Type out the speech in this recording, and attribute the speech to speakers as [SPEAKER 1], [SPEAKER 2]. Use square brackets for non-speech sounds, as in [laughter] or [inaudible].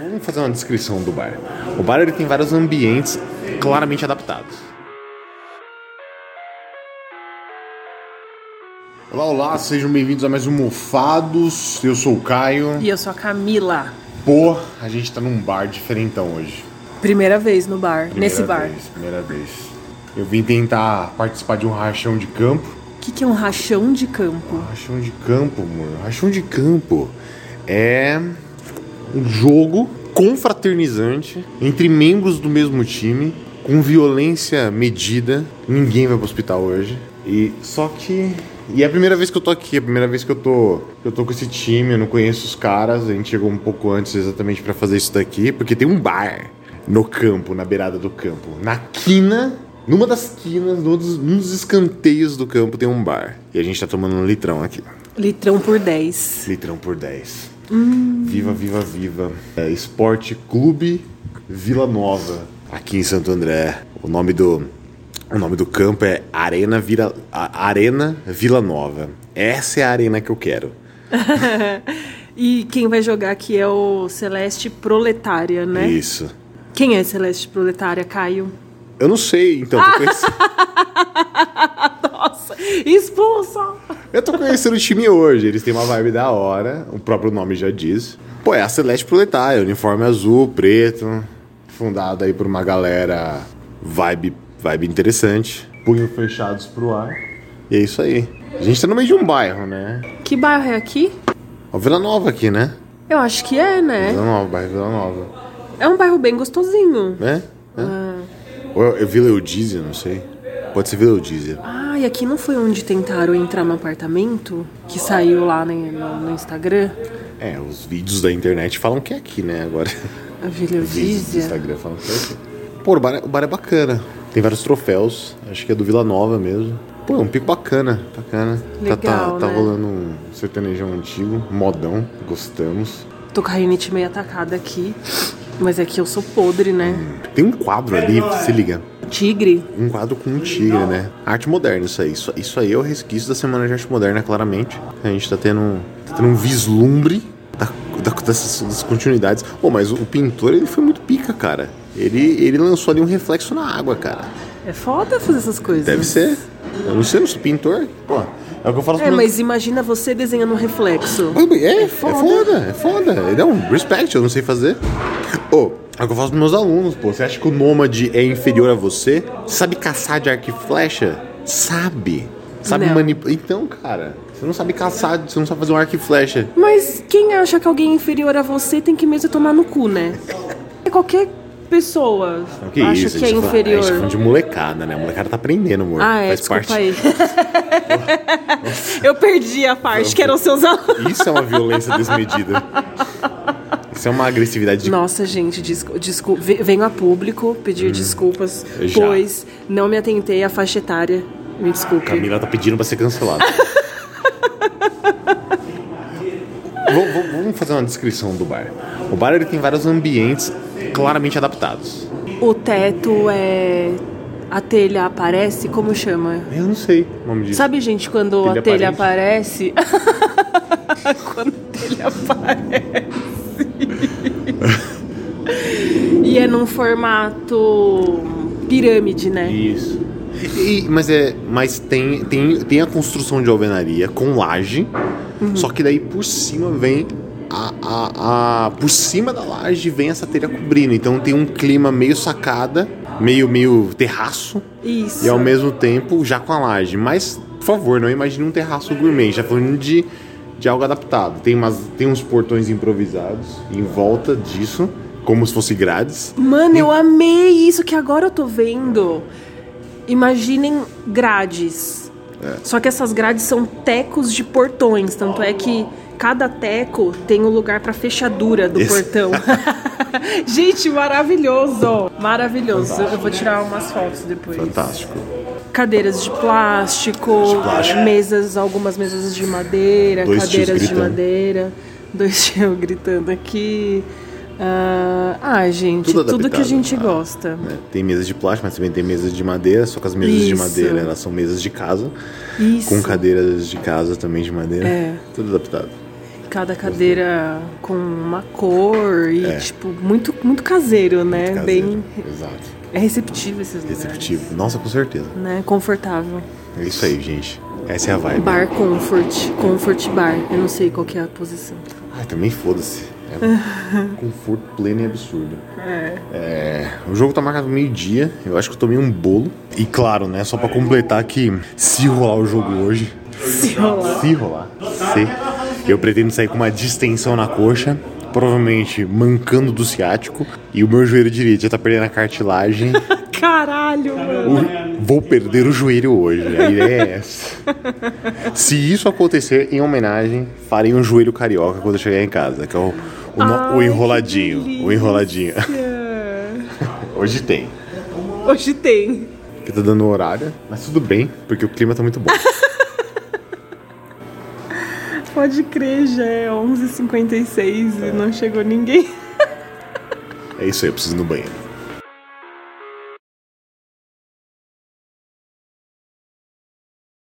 [SPEAKER 1] Vamos fazer uma descrição do bar. O bar ele tem vários ambientes claramente adaptados. Olá, olá, sejam bem-vindos a mais um Mofados. Eu sou o Caio.
[SPEAKER 2] E eu sou a Camila.
[SPEAKER 1] Pô, a gente tá num bar diferentão hoje.
[SPEAKER 2] Primeira vez no bar,
[SPEAKER 1] Primeira
[SPEAKER 2] nesse bar.
[SPEAKER 1] Vez, primeira vez. Eu vim tentar participar de um rachão de campo.
[SPEAKER 2] O que, que é um rachão de campo?
[SPEAKER 1] Rachão de campo, amor. Rachão de campo é um jogo confraternizante entre membros do mesmo time, com violência medida. Ninguém vai pro hospital hoje. E só que. E é a primeira vez que eu tô aqui, é a primeira vez que eu tô, que eu tô com esse time, eu não conheço os caras, a gente chegou um pouco antes exatamente pra fazer isso daqui, porque tem um bar no campo, na beirada do campo. Na quina, numa das quinas, num dos, num dos escanteios do campo tem um bar. E a gente tá tomando um litrão aqui.
[SPEAKER 2] Litrão por 10.
[SPEAKER 1] Litrão por 10. Viva, viva, viva. É, Esporte Clube Vila Nova. Aqui em Santo André. O nome do, o nome do campo é Arena, Vira, A- Arena Vila Nova. Essa é a arena que eu quero.
[SPEAKER 2] E quem vai jogar aqui é o Celeste Proletária, né?
[SPEAKER 1] Isso.
[SPEAKER 2] Quem é Celeste Proletária, Caio? [laughs]
[SPEAKER 1] Eu não sei, então. Tô conhecendo,
[SPEAKER 2] Nossa, expulsa!
[SPEAKER 1] eu tô conhecendo o time hoje. Eles têm uma vibe da hora. O próprio nome já diz. Pô, é a Celeste Proletária. Uniforme azul, preto. Fundado aí por uma galera vibe, vibe interessante. Punho fechados pro ar. E é isso aí. A gente tá no meio de um bairro, né?
[SPEAKER 2] Que bairro é aqui?
[SPEAKER 1] Ó, Vila Nova aqui, né?
[SPEAKER 2] Eu acho que é, né?
[SPEAKER 1] Vila Nova, bairro Vila Nova.
[SPEAKER 2] É um bairro bem gostosinho.
[SPEAKER 1] Né? É. Ou é, é Vila Eudísia, não sei. Pode ser Vila Eudísia.
[SPEAKER 2] Ah, e aqui não foi onde tentaram entrar no apartamento? Que saiu lá no, no- no Instagram?
[SPEAKER 1] É, os vídeos da internet falam que é aqui, né? Agora. [laughs]
[SPEAKER 2] A Vila
[SPEAKER 1] Vídeos do
[SPEAKER 2] Eudísia?
[SPEAKER 1] Instagram falando que é assim. Pô, o bar, é- o bar é bacana. Tem vários troféus. Acho que é do Vila Nova mesmo. Pô, é um pico bacana, bacana. tá, tá,
[SPEAKER 2] Legal,
[SPEAKER 1] tá
[SPEAKER 2] né?
[SPEAKER 1] rolando um sertanejão antigo, modão, gostamos.
[SPEAKER 2] Tô com a rinite meio atacada aqui. Mas é que eu sou podre, né?
[SPEAKER 1] Tem um quadro ali, se liga.
[SPEAKER 2] Tigre?
[SPEAKER 1] Um quadro com um tigre, né? Arte moderna, isso aí. Isso, isso aí é o resquício da Semana de Arte Moderna, claramente. A gente tá tendo, um- tá tendo um vislumbre da, da- dessas, das continuidades. Pô, mas o, o pintor, ele foi muito pica, cara. Ele, ele lançou ali um reflexo na água, cara.
[SPEAKER 2] É foda fazer essas coisas.
[SPEAKER 1] Deve ser. Eu não sei, eu não sou pintor. Pô, é o que eu falo
[SPEAKER 2] É, mas imagina você desenhando um reflexo.
[SPEAKER 1] É, é foda, é foda. Não, respect, eu não sei fazer. Ô, é o que eu faço pros meus alunos, pô. Você acha que o nômade é inferior a você? Você sabe caçar de arco e flecha? Sabe. Sabe
[SPEAKER 2] Não.
[SPEAKER 1] manipular. Então, cara, você não sabe caçar, você não sabe fazer um arco e flecha.
[SPEAKER 2] Mas quem acha que alguém é inferior a você tem que mesmo tomar no cu, né? Qualquer pessoa
[SPEAKER 1] O que
[SPEAKER 2] acha
[SPEAKER 1] isso?
[SPEAKER 2] que é
[SPEAKER 1] gente tá falando- A
[SPEAKER 2] inferior.
[SPEAKER 1] gente tá falando de molecada, né? A molecada tá aprendendo, amor.
[SPEAKER 2] Ah, é,
[SPEAKER 1] Faz
[SPEAKER 2] desculpa
[SPEAKER 1] parte. [laughs]
[SPEAKER 2] aí. eu perdi a parte que eram seus alunos.
[SPEAKER 1] Isso é uma violência
[SPEAKER 2] [laughs]
[SPEAKER 1] desmedida. Isso é uma agressividade de
[SPEAKER 2] Nossa, gente, desculpa. venho a público pedir desculpas,
[SPEAKER 1] Hum, já.
[SPEAKER 2] pois não me atentei à faixa etária. Me desculpe.
[SPEAKER 1] Camila tá pedindo pra ser cancelada. [laughs] Vou- vou- Vamos fazer uma descrição do bar. O bar ele tem vários ambientes claramente adaptados.
[SPEAKER 2] O teto é. A telha aparece? Como chama?
[SPEAKER 1] Eu não sei o nome disso.
[SPEAKER 2] Sabe, gente, quando
[SPEAKER 1] Telha
[SPEAKER 2] a telha aparece. [laughs] quando a telha aparece. [laughs] e é num formato pirâmide, né?
[SPEAKER 1] Isso. E- mas é, mas tem, tem, tem a construção de alvenaria com laje, só que daí por cima vem a, a, a- por cima da laje vem essa telha cobrindo. Então tem um clima meio sacada, meio meio terraço.
[SPEAKER 2] Isso.
[SPEAKER 1] E ao mesmo tempo, já com a laje. Mas, por favor, não imagine um terraço gourmet. Já falando de, de algo adaptado. Tem, umas, tem uns portões improvisados em volta disso, como se fosse grades.
[SPEAKER 2] Mano, eu amei isso que agora eu tô vendo. Imaginem grades.
[SPEAKER 1] É.
[SPEAKER 2] Só que essas grades são tecos de portões, tanto é que cada teco tem um lugar pra fechadura do
[SPEAKER 1] Esse-
[SPEAKER 2] portão. [laughs] Gente, maravilhoso! Maravilhoso. Eu vou tirar umas fotos depois.
[SPEAKER 1] Fantástico.
[SPEAKER 2] Cadeiras de plástico,
[SPEAKER 1] De plástico.
[SPEAKER 2] mesas, algumas mesas de madeira,
[SPEAKER 1] Dois tios
[SPEAKER 2] cadeiras de
[SPEAKER 1] gritando.
[SPEAKER 2] madeira, dois [laughs] tios gritando aqui. Ah, ah, gente,
[SPEAKER 1] Tudo
[SPEAKER 2] tudo, que a
[SPEAKER 1] adaptado,
[SPEAKER 2] gente
[SPEAKER 1] tá?
[SPEAKER 2] gosta.
[SPEAKER 1] né? Tem mesas de plástico, mas também tem mesas de madeira. Só que as mesas de
[SPEAKER 2] Isso.
[SPEAKER 1] madeira, elas são mesas de casa.
[SPEAKER 2] Isso.
[SPEAKER 1] Com cadeiras de casa também de madeira.
[SPEAKER 2] É.
[SPEAKER 1] Tudo adaptado.
[SPEAKER 2] cada cadeira com uma cor e, tipo, muito, muito caseiro, né?
[SPEAKER 1] É. Caseiro.
[SPEAKER 2] Bem.
[SPEAKER 1] Exato.
[SPEAKER 2] É receptivo esses lugares.
[SPEAKER 1] Receptivo. Nossa, com certeza.
[SPEAKER 2] Né? Confortável.
[SPEAKER 1] É isso aí, gente. Essa é a vibe.
[SPEAKER 2] Bar Comfort. Comfort Bar. Eu não sei qual que é a posição.
[SPEAKER 1] Ai, também foda-se. É um conforto pleno e absurdo.
[SPEAKER 2] É.
[SPEAKER 1] É, o jogo tá marcado meio-dia. Eu acho que eu tomei um bolo. E claro, né? Só pra completar que se rolar o jogo hoje,
[SPEAKER 2] Se rolar.
[SPEAKER 1] se rolar, se eu pretendo sair com uma distensão na coxa, provavelmente mancando do ciático, e o meu joelho direito já tá perdendo a cartilagem.
[SPEAKER 2] [laughs] Caralho, mano.
[SPEAKER 1] O- Vou perder o joelho hoje. A ideia é essa. Se isso acontecer, em homenagem, farei um joelho carioca quando eu chegar em casa, que é o, o, no- o
[SPEAKER 2] Ai, que
[SPEAKER 1] enroladinho. O enroladinho.
[SPEAKER 2] delícia.
[SPEAKER 1] Hoje tem.
[SPEAKER 2] Hoje tem.
[SPEAKER 1] Porque tá dando horário, mas tudo bem, porque o clima tá muito bom.
[SPEAKER 2] Pode crer, já é 11h56 e não chegou ninguém.
[SPEAKER 1] É isso aí, eu preciso ir no banheiro.